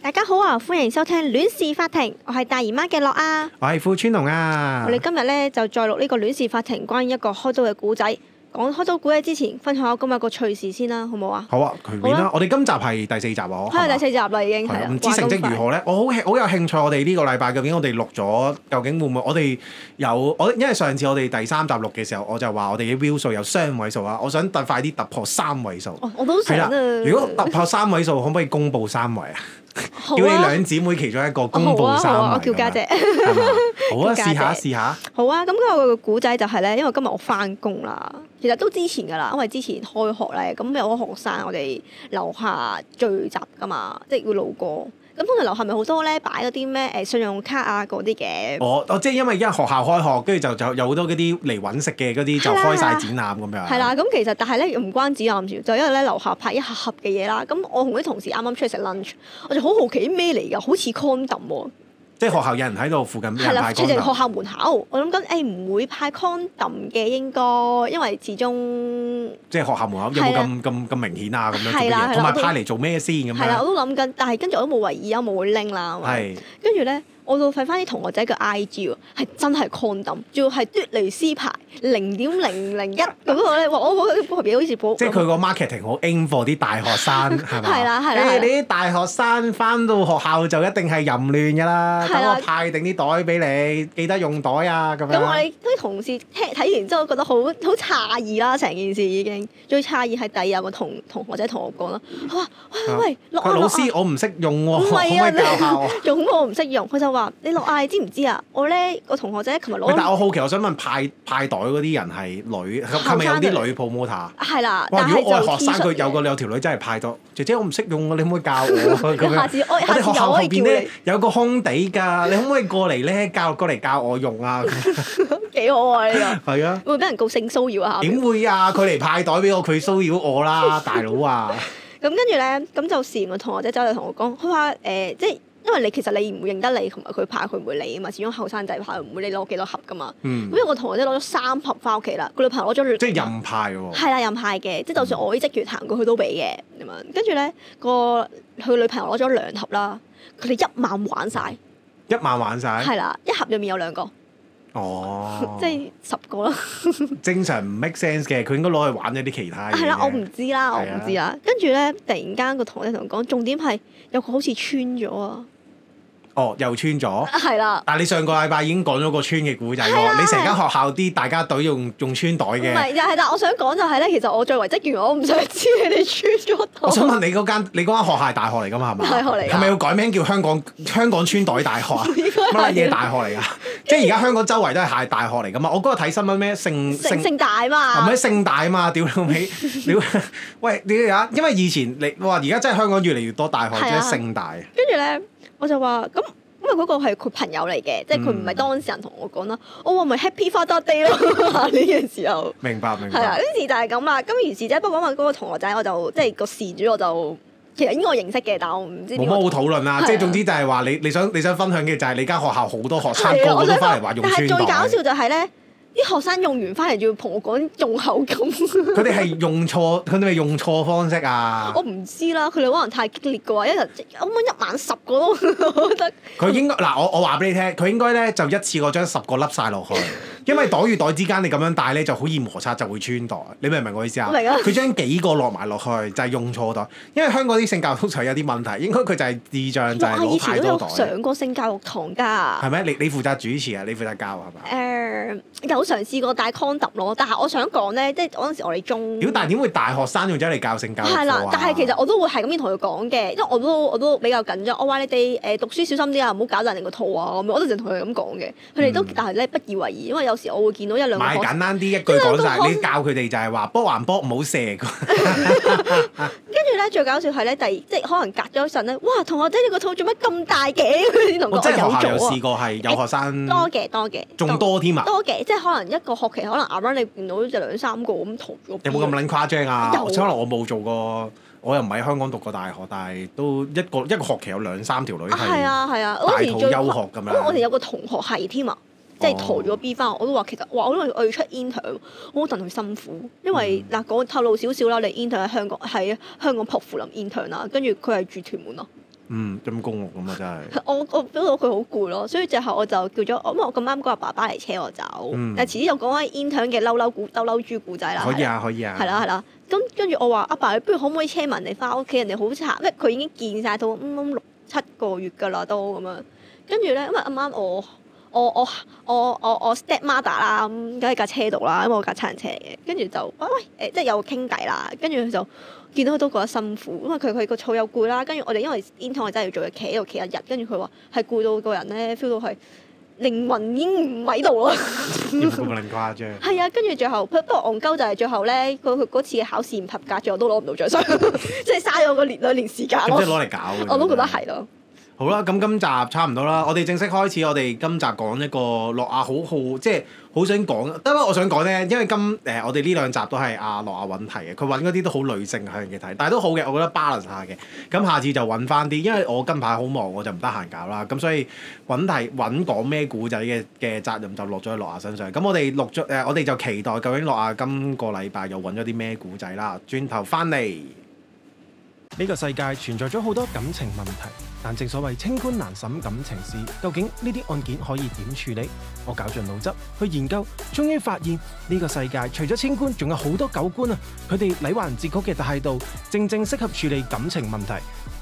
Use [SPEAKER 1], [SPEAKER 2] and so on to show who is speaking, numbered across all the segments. [SPEAKER 1] 大家好啊，歡迎收聽《戀事法庭》，我係大姨媽嘅樂啊。
[SPEAKER 2] 我係富川龍啊
[SPEAKER 1] 我！哋今日咧就再錄呢個《戀事法庭》關於一個開刀嘅古仔。講開刀古仔之前，分享下今日個趣事先啦，好唔好啊？
[SPEAKER 2] 好啊，隨便
[SPEAKER 1] 好
[SPEAKER 2] 啦
[SPEAKER 1] 啊。
[SPEAKER 2] 我哋今集係第四集啊，我
[SPEAKER 1] 開到第四集啦，已經係
[SPEAKER 2] 係
[SPEAKER 1] 啦
[SPEAKER 2] 啊唔知成績
[SPEAKER 1] 哇
[SPEAKER 2] 如？
[SPEAKER 1] 咁快
[SPEAKER 2] 何咧？我好好有興趣，我哋呢個禮拜究竟我哋錄咗，究竟會唔會我哋有我？因為上次我哋第三集錄嘅時候，我就話我哋嘅 view 數有雙位數啊，我想快啲突破三位數。
[SPEAKER 1] 哦我都想
[SPEAKER 2] 係
[SPEAKER 1] 啊
[SPEAKER 2] 啦，！如果突破三位數，可唔可以公佈三位啊？
[SPEAKER 1] 好
[SPEAKER 2] 叫你
[SPEAKER 1] 啊，
[SPEAKER 2] 兩姊妹其中一個公
[SPEAKER 1] 好
[SPEAKER 2] 佈
[SPEAKER 1] 啊，
[SPEAKER 2] 三
[SPEAKER 1] 好
[SPEAKER 2] 位咁樣。
[SPEAKER 1] 啊，我叫家姐。
[SPEAKER 2] 係嘛。好 啊，
[SPEAKER 1] 叫家
[SPEAKER 2] 試下
[SPEAKER 1] 姐
[SPEAKER 2] 試下。
[SPEAKER 1] 好啊，咁今日個古仔就係咧，因為今日我翻工啦，其實都之前㗎啦，因為之前開學咧，咁有個學生我哋樓下聚集㗎嘛，即係會路過。咁通常樓下咪好多咧擺嗰啲咩誒信用卡啊嗰啲嘅，
[SPEAKER 2] 我我即係因為因為學校開學，跟住就就有好多嗰啲嚟揾食嘅嗰啲就
[SPEAKER 1] 係啦
[SPEAKER 2] 開晒
[SPEAKER 1] 係
[SPEAKER 2] 展覽咁樣。
[SPEAKER 1] 係啦。咁其實但係咧唔關指南住，就因為咧樓下拍一盒盒嘅嘢啦。咁我同啲同事啱啱出去食 lunch，我就好好奇咩嚟㗎，好似 condom 喎。
[SPEAKER 2] 即係學校有人喺度附近有
[SPEAKER 1] 係
[SPEAKER 2] 人啊
[SPEAKER 1] 啦，
[SPEAKER 2] 派
[SPEAKER 1] 直
[SPEAKER 2] 光
[SPEAKER 1] 情
[SPEAKER 2] 頭
[SPEAKER 1] 學校門口，我諗緊誒唔會派 condom 嘅應該，因為始終。
[SPEAKER 2] 即係學校門口有冇
[SPEAKER 1] 係啦
[SPEAKER 2] 咁咁咁明顯啊？咁樣做
[SPEAKER 1] 係啦係
[SPEAKER 2] 乜嘢
[SPEAKER 1] 啦
[SPEAKER 2] 同埋
[SPEAKER 1] 我都
[SPEAKER 2] 派嚟做咩先咁
[SPEAKER 1] 係啦，我
[SPEAKER 2] 樣？
[SPEAKER 1] 都諗緊，但係跟住我都冇為意，啊我冇會拎啦。
[SPEAKER 2] 係
[SPEAKER 1] 跟住咧，我到睇翻啲同學仔嘅 I G 喎，係真係 condom，仲要係奪尼斯牌零點零零一嗰個咧，哇！我我嗰部嘢好似保
[SPEAKER 2] 即係佢個 marketing 好 aim for 啲大學 生係嘛？
[SPEAKER 1] 係啦係啦係
[SPEAKER 2] 誒
[SPEAKER 1] 啦
[SPEAKER 2] 你啲大學生翻到學校就一定係淫亂㗎啦，
[SPEAKER 1] 係
[SPEAKER 2] 等
[SPEAKER 1] 啦
[SPEAKER 2] 我派定啲袋俾你，記得用袋啊咁
[SPEAKER 1] 咁我
[SPEAKER 2] 樣。
[SPEAKER 1] 哋啲同事聽睇完之後覺得好好詫異啦，成件事已經最詫異係第二日個同同學仔同我講啦，佢話：喂喂喂，落
[SPEAKER 2] 佢話
[SPEAKER 1] 啊落
[SPEAKER 2] 老
[SPEAKER 1] 啊！
[SPEAKER 2] 師，我唔識用喎，
[SPEAKER 1] 唔
[SPEAKER 2] 可唔可以
[SPEAKER 1] 係啊，
[SPEAKER 2] 教 下我？
[SPEAKER 1] 你用我唔識用，佢就話：你落啊，你知唔知啊？我咧個同學仔琴日
[SPEAKER 2] 喂但
[SPEAKER 1] 攞
[SPEAKER 2] 我好奇，我想問派派袋嗰啲人係女，係係咪有
[SPEAKER 1] 後生
[SPEAKER 2] 啲
[SPEAKER 1] 嚟
[SPEAKER 2] 女 promoter？啊
[SPEAKER 1] 係啦，
[SPEAKER 2] 哇！
[SPEAKER 1] 但
[SPEAKER 2] 如
[SPEAKER 1] 係
[SPEAKER 2] 果我
[SPEAKER 1] 就
[SPEAKER 2] 係學
[SPEAKER 1] T
[SPEAKER 2] 生，佢
[SPEAKER 1] 恤
[SPEAKER 2] 有
[SPEAKER 1] 嘅
[SPEAKER 2] 個有條女真係派到，姐姐我唔識用啊，你可唔可 以教我啊咁樣？
[SPEAKER 1] 下次我下次
[SPEAKER 2] 哋學校
[SPEAKER 1] 有
[SPEAKER 2] 後
[SPEAKER 1] 可以
[SPEAKER 2] 邊
[SPEAKER 1] 叫
[SPEAKER 2] 咧
[SPEAKER 1] 你
[SPEAKER 2] 有個空地㗎，你可唔可以過嚟咧教過嚟教我用啊？ 咁
[SPEAKER 1] 幾可愛呢
[SPEAKER 2] 係啊，
[SPEAKER 1] 個，會唔會 俾人告性騷擾啊？
[SPEAKER 2] 點會啊？佢嚟派袋俾我，佢騷擾 我啦，大佬啊！
[SPEAKER 1] 咁跟住咧，咁就試完個同學仔走嚟同我講，佢話誒，即係因為你其實你唔會認得你，同埋佢怕佢唔會理啊嘛，始終後生仔怕佢唔會理攞幾多盒噶嘛。 咁
[SPEAKER 2] 嗯，
[SPEAKER 1] 有個同學仔攞咗三盒翻屋企啦，佢女朋友攞咗兩
[SPEAKER 2] 即係任派喎。
[SPEAKER 1] 係啦，任派嘅，即係就算我啲職員行過去都俾嘅咁樣。跟住咧，個佢女朋友攞咗兩盒啦，佢哋一晚玩晒，
[SPEAKER 2] 一晚玩晒，
[SPEAKER 1] 係啦，一盒入面有兩個，
[SPEAKER 2] 哦，
[SPEAKER 1] 即係十個啦。
[SPEAKER 2] 正常唔 make sense 嘅，佢應該攞去玩咗啲其他嘢嘅。
[SPEAKER 1] 啊係啦，我唔知啦，我
[SPEAKER 2] 啊係啊
[SPEAKER 1] 唔知啦。跟住咧，突然間個同學仔同我講，重點係有個好似穿咗啊，
[SPEAKER 2] 哦，又穿 咗。
[SPEAKER 1] 係啦。
[SPEAKER 2] 但係你上個禮拜已經講咗個穿嘅故仔
[SPEAKER 1] 係啊
[SPEAKER 2] 喎，你成間學校啲大家隊用用穿袋
[SPEAKER 1] 唔
[SPEAKER 2] 嘅。
[SPEAKER 1] 係，就係但我想講就係咧，其實我作為職員，我唔想知你哋穿咗
[SPEAKER 2] 我想
[SPEAKER 1] 袋。
[SPEAKER 2] 問你嗰間你嗰間學校係大學嚟㗎嘛？係嘛？
[SPEAKER 1] 大學嚟㗎
[SPEAKER 2] 係咪要改名叫香港香港村袋大學啊？
[SPEAKER 1] 應
[SPEAKER 2] 乜
[SPEAKER 1] 該
[SPEAKER 2] 撚嘢
[SPEAKER 1] 係
[SPEAKER 2] 大學 嚟㗎？即係而家香港周圍都係大大學嚟㗎嘛？我嗰日睇新聞咩聖
[SPEAKER 1] 聖
[SPEAKER 2] 聖
[SPEAKER 1] 聖大
[SPEAKER 2] 係
[SPEAKER 1] 嘛
[SPEAKER 2] 咪，聖大啊嘛？屌你老 味！屌喂你而家因為以前你哇而家真係香港越嚟越多大學
[SPEAKER 1] 係
[SPEAKER 2] 即
[SPEAKER 1] 啊
[SPEAKER 2] 係聖大
[SPEAKER 1] 跟住咧我就話咁，因為嗰個係佢朋友嚟嘅，即係佢唔係
[SPEAKER 2] 嗯
[SPEAKER 1] 當事人同我講啦。我話咪 Happy Father Day 咯，呢件時候
[SPEAKER 2] 明白明
[SPEAKER 1] 係啊，
[SPEAKER 2] 白。
[SPEAKER 1] 跟住就係咁啦。咁於是啫，不過因為嗰個同學仔，我就即係個事主，我就其實應該我認識嘅，但我唔知
[SPEAKER 2] 冇
[SPEAKER 1] 邊
[SPEAKER 2] 乜
[SPEAKER 1] 個
[SPEAKER 2] 好討論啦，
[SPEAKER 1] 係啊
[SPEAKER 2] 即係總之就係話你你想你想分享嘅就係你間學校好多學生
[SPEAKER 1] 係啊
[SPEAKER 2] 個個都
[SPEAKER 1] 想
[SPEAKER 2] 翻嚟話
[SPEAKER 1] 講
[SPEAKER 2] 用
[SPEAKER 1] 但
[SPEAKER 2] 穿
[SPEAKER 1] 係
[SPEAKER 2] 袋
[SPEAKER 1] 最，搞笑就係咧，啲學生用完翻嚟仲要同我講用口感。
[SPEAKER 2] 佢哋係用錯佢哋咪用錯方式啊！
[SPEAKER 1] 我唔知啦，佢哋可能太激烈嘅話，一日即啱啱一晚十個都我覺得
[SPEAKER 2] 佢應該嗱，我我話俾你聽，佢應該咧就一次過將十個粒晒落 去，因為袋與袋之間你咁樣帶咧就好易摩擦就會穿袋，你明唔明我意思啊？
[SPEAKER 1] 明啊
[SPEAKER 2] 佢將幾個落埋落去就係用錯袋，因為香港啲性教育通常有啲問題，應該佢就係智 障就係
[SPEAKER 1] 我以
[SPEAKER 2] 攞
[SPEAKER 1] 前
[SPEAKER 2] 太
[SPEAKER 1] 都啊
[SPEAKER 2] 多啊
[SPEAKER 1] 有
[SPEAKER 2] 袋，係
[SPEAKER 1] 上過性教育堂㗎。
[SPEAKER 2] 咪？你你負責主持啊，你負責教係
[SPEAKER 1] 誒、
[SPEAKER 2] 咪？
[SPEAKER 1] 有嘗試過戴 condom 咯，但係我想講咧，即係嗰陣時我哋中
[SPEAKER 2] 屌，但係點會大學生用咗嚟教性教育
[SPEAKER 1] 係啦
[SPEAKER 2] 課啊，
[SPEAKER 1] 但係其實我都會係咁樣同佢講嘅，因為我都我都比較緊張。我話你哋誒讀書小心啲啊，唔好搞爛你個肚啊咁樣，我都成日同佢咁講嘅。佢哋都
[SPEAKER 2] 嗯
[SPEAKER 1] 但係咧不以為意，因為有時我會見到一兩個
[SPEAKER 2] 買
[SPEAKER 1] 學生
[SPEAKER 2] 簡單啲一句講晒
[SPEAKER 1] 因，為 Oh
[SPEAKER 2] 你教佢哋就係話波還波唔好射。
[SPEAKER 1] 跟住咧最搞笑係咧，第即係可能隔咗一陣咧，哇！同學仔你個肚做乜咁大嘅？ 佢同
[SPEAKER 2] 我
[SPEAKER 1] 我
[SPEAKER 2] 真係學校有
[SPEAKER 1] 做啊嗯
[SPEAKER 2] 試，過係有學生
[SPEAKER 1] 多嘅多嘅，
[SPEAKER 2] 仲多添啊！
[SPEAKER 1] 多嘅，即係可能一個學期可能啱啱你見到就兩三個咁同咗。
[SPEAKER 2] 有冇咁撚誇張啊？
[SPEAKER 1] 有
[SPEAKER 2] 可能我冇做過，我又唔喺香港讀過大學，但係都一個一個學期有兩三條女
[SPEAKER 1] 啊？係
[SPEAKER 2] 係
[SPEAKER 1] 啊係啊，
[SPEAKER 2] 大
[SPEAKER 1] 嗰
[SPEAKER 2] 肚
[SPEAKER 1] 時最
[SPEAKER 2] 休學咁
[SPEAKER 1] 因為我哋
[SPEAKER 2] 樣。哦
[SPEAKER 1] 有個同學係添啊，即係逃咗 B 翻我，我都話其實哇，我都我要出 intern，我好戥佢辛苦，因為
[SPEAKER 2] 嗯
[SPEAKER 1] 嗱啊講透露少少啦，你 intern 喺香港喺香港薄扶林 intern 啦，跟住佢係住屯門咯，
[SPEAKER 2] 嗯，陰公屋咁啊，真係。
[SPEAKER 1] 我我 feel 到佢好攰咯，所以最後我就叫咗，我因為我咁啱嗰日爸爸嚟車我走，
[SPEAKER 2] 嗯
[SPEAKER 1] 但係遲啲又講翻 intern 嘅嬲嬲故嬲嬲豬故仔啦，
[SPEAKER 2] 可以
[SPEAKER 1] 係啦，
[SPEAKER 2] 啊，可以啊。
[SPEAKER 1] 係啦係啦，咁跟住我話阿爸，你不如可唔可以車埋你翻屋企？人哋好慘，因為佢已經見晒到啱啱六七個月㗎啦都咁樣，跟住咧因為啱啱我。我我我我我 step mother 啦，咁梗係架車度啦，因為我架餐車嚟嘅，跟住就喂喂誒，即係有傾偈啦，跟住佢就見到佢都覺得辛苦，因為佢佢個燥又攰啦，跟住我哋因為 intern 我真係要做嘢，企喺度企一日，跟住佢話係攰到個人咧 feel 到係靈魂已經唔喺度啦，
[SPEAKER 2] 有冇咁撚誇 張？
[SPEAKER 1] 係啊，跟住最後不不過戇鳩就係最後咧，佢佢嗰次嘅考試唔合格，最後都攞唔到獎，所以 即係嘥咗個年兩年時間
[SPEAKER 2] 咁
[SPEAKER 1] 咯
[SPEAKER 2] 即係，攞嚟搞嘅。
[SPEAKER 1] 我都覺得係咯，
[SPEAKER 2] 好啦，咁今集差唔多啦，我哋正式開始。我哋今集講一個諾亞好好，即係好想講。得啦，我想講咧，因為今誒、呃我哋呢兩集都係阿諾亞揾題嘅，佢揾嗰啲都好女性向嘅題，但係都好嘅，我覺得 balance 下嘅。咁下次就揾翻啲，因為我近排好忙，我就唔得閒搞啦。咁所以揾題揾講咩古仔嘅嘅責任就落咗喺諾亞身上。咁我哋錄咗誒、呃我哋就期待究竟諾亞今個禮拜又揾咗啲咩古仔啦。轉頭翻嚟。
[SPEAKER 3] 呢個世界存在咗好多感情問題，但正所謂清官難審感情事，究竟呢啲案件可以點處理？我絞盡腦汁去研究，終於發現呢個世界除咗清官，仲有好多狗官啊！佢哋禮還節曲嘅態度，正正適合處理感情問題。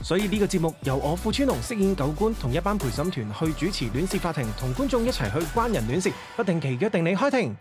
[SPEAKER 3] 所以呢個節目由我富川龍飾演狗官，同一班陪審團去主持《戀事法庭》，同觀眾一齊去關人戀事，不定期約定你開庭。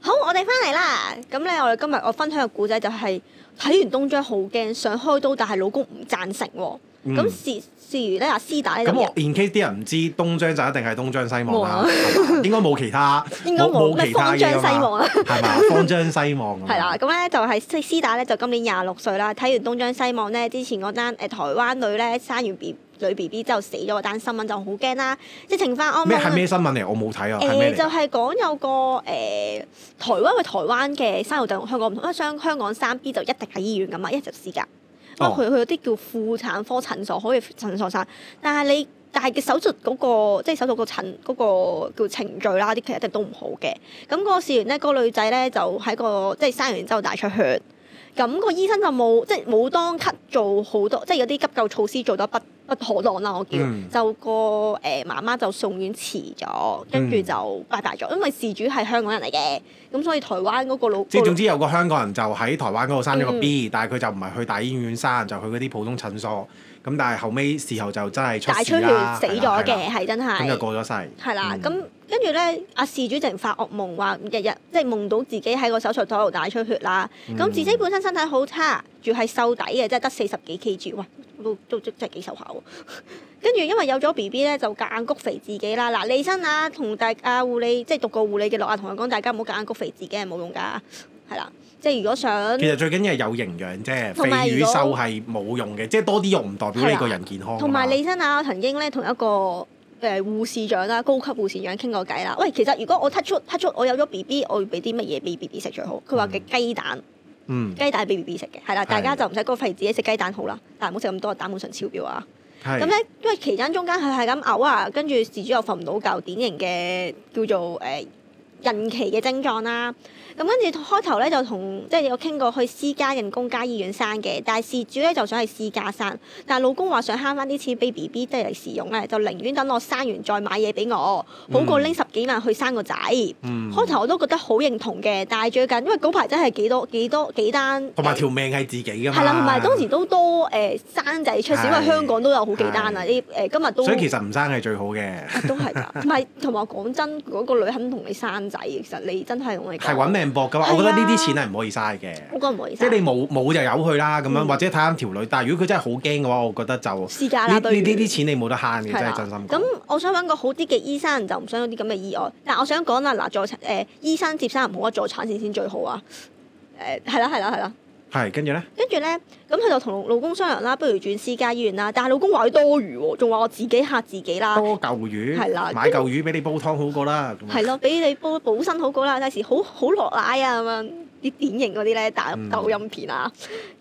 [SPEAKER 1] 好，我哋翻嚟啦。咁咧，我哋今日我分享嘅故仔就係、睇完東張好驚，想開刀，但係老公唔贊成喎。
[SPEAKER 2] 嗯
[SPEAKER 1] 咁事事如咧，阿師打咧
[SPEAKER 2] 咁
[SPEAKER 1] 就
[SPEAKER 2] 我 in case 啲人唔知東張就一定係東張西望
[SPEAKER 1] 望
[SPEAKER 2] 啦
[SPEAKER 1] 啊，
[SPEAKER 2] 係嘛應該冇其他，
[SPEAKER 1] 應該冇
[SPEAKER 2] 冇
[SPEAKER 1] 咩
[SPEAKER 2] 其他
[SPEAKER 1] 方
[SPEAKER 2] 嘢
[SPEAKER 1] 張
[SPEAKER 2] 㗎
[SPEAKER 1] 西
[SPEAKER 2] 嘛哦
[SPEAKER 1] 望啦。啊
[SPEAKER 2] 係嘛？方張西望咁啊樣
[SPEAKER 1] 係啦，，咁咧就係師師打咧就今年廿六歲啦。睇完東張西望咧，之前嗰單誒台灣女咧生完 B 女 B B 之後死咗嗰單新聞就好驚啦，即係情翻安
[SPEAKER 2] 咩
[SPEAKER 1] 安
[SPEAKER 2] 係咩新聞嚟？我冇睇啊，
[SPEAKER 1] 啊誒、
[SPEAKER 2] 係咩
[SPEAKER 1] 就
[SPEAKER 2] 嚟？
[SPEAKER 1] 係講有個誒、台灣，因為台灣嘅生育就同香港唔同，因為香香港三 B 就一定喺醫院噶嘛，一直私家。咁啊
[SPEAKER 2] 哦
[SPEAKER 1] 佢佢有啲叫婦產科診所，可以診所生，但係你但係嘅手術嗰、個即係手術個診嗰、個叫程序啦，啲其實一定都唔好嘅。咁、嗰個事緣咧，嗰個女仔咧就喺個即係生完之後大出血。咁個醫生就冇即係冇當咳做好多，即係有啲急救措施做得不不妥當啦，我叫、
[SPEAKER 2] 嗯
[SPEAKER 1] 就個誒、呃、媽媽就送院遲咗，跟住
[SPEAKER 2] 嗯
[SPEAKER 1] 就拜拜咗，因為事主係香港人嚟嘅，咁所以台灣嗰個老
[SPEAKER 2] 即係
[SPEAKER 1] 個
[SPEAKER 2] 總之有個香港人就喺台灣嗰度生咗個
[SPEAKER 1] 嗯
[SPEAKER 2] B，但係佢就唔係去大醫院生，就去嗰啲普通診所。咁但係後尾事後就真係出
[SPEAKER 1] 大出血
[SPEAKER 2] 事啦，
[SPEAKER 1] 死
[SPEAKER 2] 係
[SPEAKER 1] 咗，
[SPEAKER 2] 啦係
[SPEAKER 1] 嘅，
[SPEAKER 2] 啦
[SPEAKER 1] 係真係。
[SPEAKER 2] 咁就過咗世。
[SPEAKER 1] 係啦，
[SPEAKER 2] 嗯
[SPEAKER 1] 咁跟住咧，阿事主淨發惡夢，話日日即係夢到自己喺個手術台度大出血啦。咁、自己本身身體好差，仲係瘦底嘅，即係得四十幾 kg，哇，都都都真係幾瘦下喎。 跟住因為有咗 B B 咧，就夾硬谷肥自己啦。嗱，李生啊，同大啊護理即係讀過護理嘅樂啊，同佢講，大家唔好夾硬谷肥自己係冇用㗎，係啦。即係如果想
[SPEAKER 2] 其實最緊要係有營養啫，
[SPEAKER 1] 同埋
[SPEAKER 2] 肥與
[SPEAKER 1] 如果
[SPEAKER 2] 瘦係冇用嘅，即係多啲肉唔代表你個人健康㗎嘛。
[SPEAKER 1] 同埋李生啊，我曾經咧同一個誒、呃、護士長啦，高級護士長傾過偈啦。喂，其實如果我 touch wood- touch wood，我有咗 B B，我要俾啲乜嘢俾 B B 食最好？佢話嘅雞蛋，
[SPEAKER 2] 嗯
[SPEAKER 1] 雞蛋俾 B B 食嘅，係啦，大家
[SPEAKER 2] 係
[SPEAKER 1] 就唔使嗰個費自己食雞蛋好啦，但係唔好食咁多膽固醇超標啊。
[SPEAKER 2] 係
[SPEAKER 1] 咁咧，因為期間中間佢係咁嘔啊，跟住事主又瞓唔到覺，典型嘅叫做誒、呃孕期嘅症狀啦。咁跟住開頭咧就同即係有傾過去私家人工加醫院生嘅，但係事主咧就想係私家生，但係老公話想慳翻啲錢俾 B B 即係嚟試用咧，就寧願等我生完再買嘢俾我，好過拎十幾萬去生個仔。
[SPEAKER 2] 嗯
[SPEAKER 1] 開頭我都覺得好認同嘅，但係最近因為嗰排真係幾多幾多幾單
[SPEAKER 2] 同埋條命係自己㗎嘛。
[SPEAKER 1] 係啦，同埋當時都多誒、生仔出事，因
[SPEAKER 2] 係
[SPEAKER 1] 為香港都有好幾單啊！啲誒、今日都
[SPEAKER 2] 所以其實唔生係最好嘅，
[SPEAKER 1] 啊都係 㗎，同埋同埋我講真，嗰、個女肯同你生仔，其實你真係同你
[SPEAKER 2] 係揾命搏噶嘛。我覺得呢啲錢係唔可以嘥嘅，
[SPEAKER 1] 我啊覺得唔好意
[SPEAKER 2] 即
[SPEAKER 1] 思啊，
[SPEAKER 2] 係你冇冇就由佢啦咁樣，
[SPEAKER 1] 嗯
[SPEAKER 2] 或者睇啱條女。但係如果佢真係好驚嘅話，我覺得就呢
[SPEAKER 1] 私家
[SPEAKER 2] 呢
[SPEAKER 1] 啦，不如
[SPEAKER 2] 呢啲啲錢你冇得慳嘅，
[SPEAKER 1] 係
[SPEAKER 2] 真
[SPEAKER 1] 啦
[SPEAKER 2] 係真心講。
[SPEAKER 1] 咁我想揾個好啲嘅醫生，就唔想有啲咁嘅意外。但係我想講啦，嗱，助產誒、醫生接生唔好啊，助產線先最好啊。誒係啦係啦係啦，
[SPEAKER 2] 係跟住咧，
[SPEAKER 1] 跟住咧，咁佢就同老公商量啦，不如轉私家醫院啦。但係老公話佢多餘喎，仲話我自己嚇自己啦。
[SPEAKER 2] 多嚿魚，
[SPEAKER 1] 啊係啦
[SPEAKER 2] 買嚿魚俾你煲湯好過啦。咁樣
[SPEAKER 1] 係咯，俾你煲補身好過啦，有時好好落奶啊咁樣。啲典型嗰啲咧打
[SPEAKER 2] 嗯
[SPEAKER 1] 抖音片啊，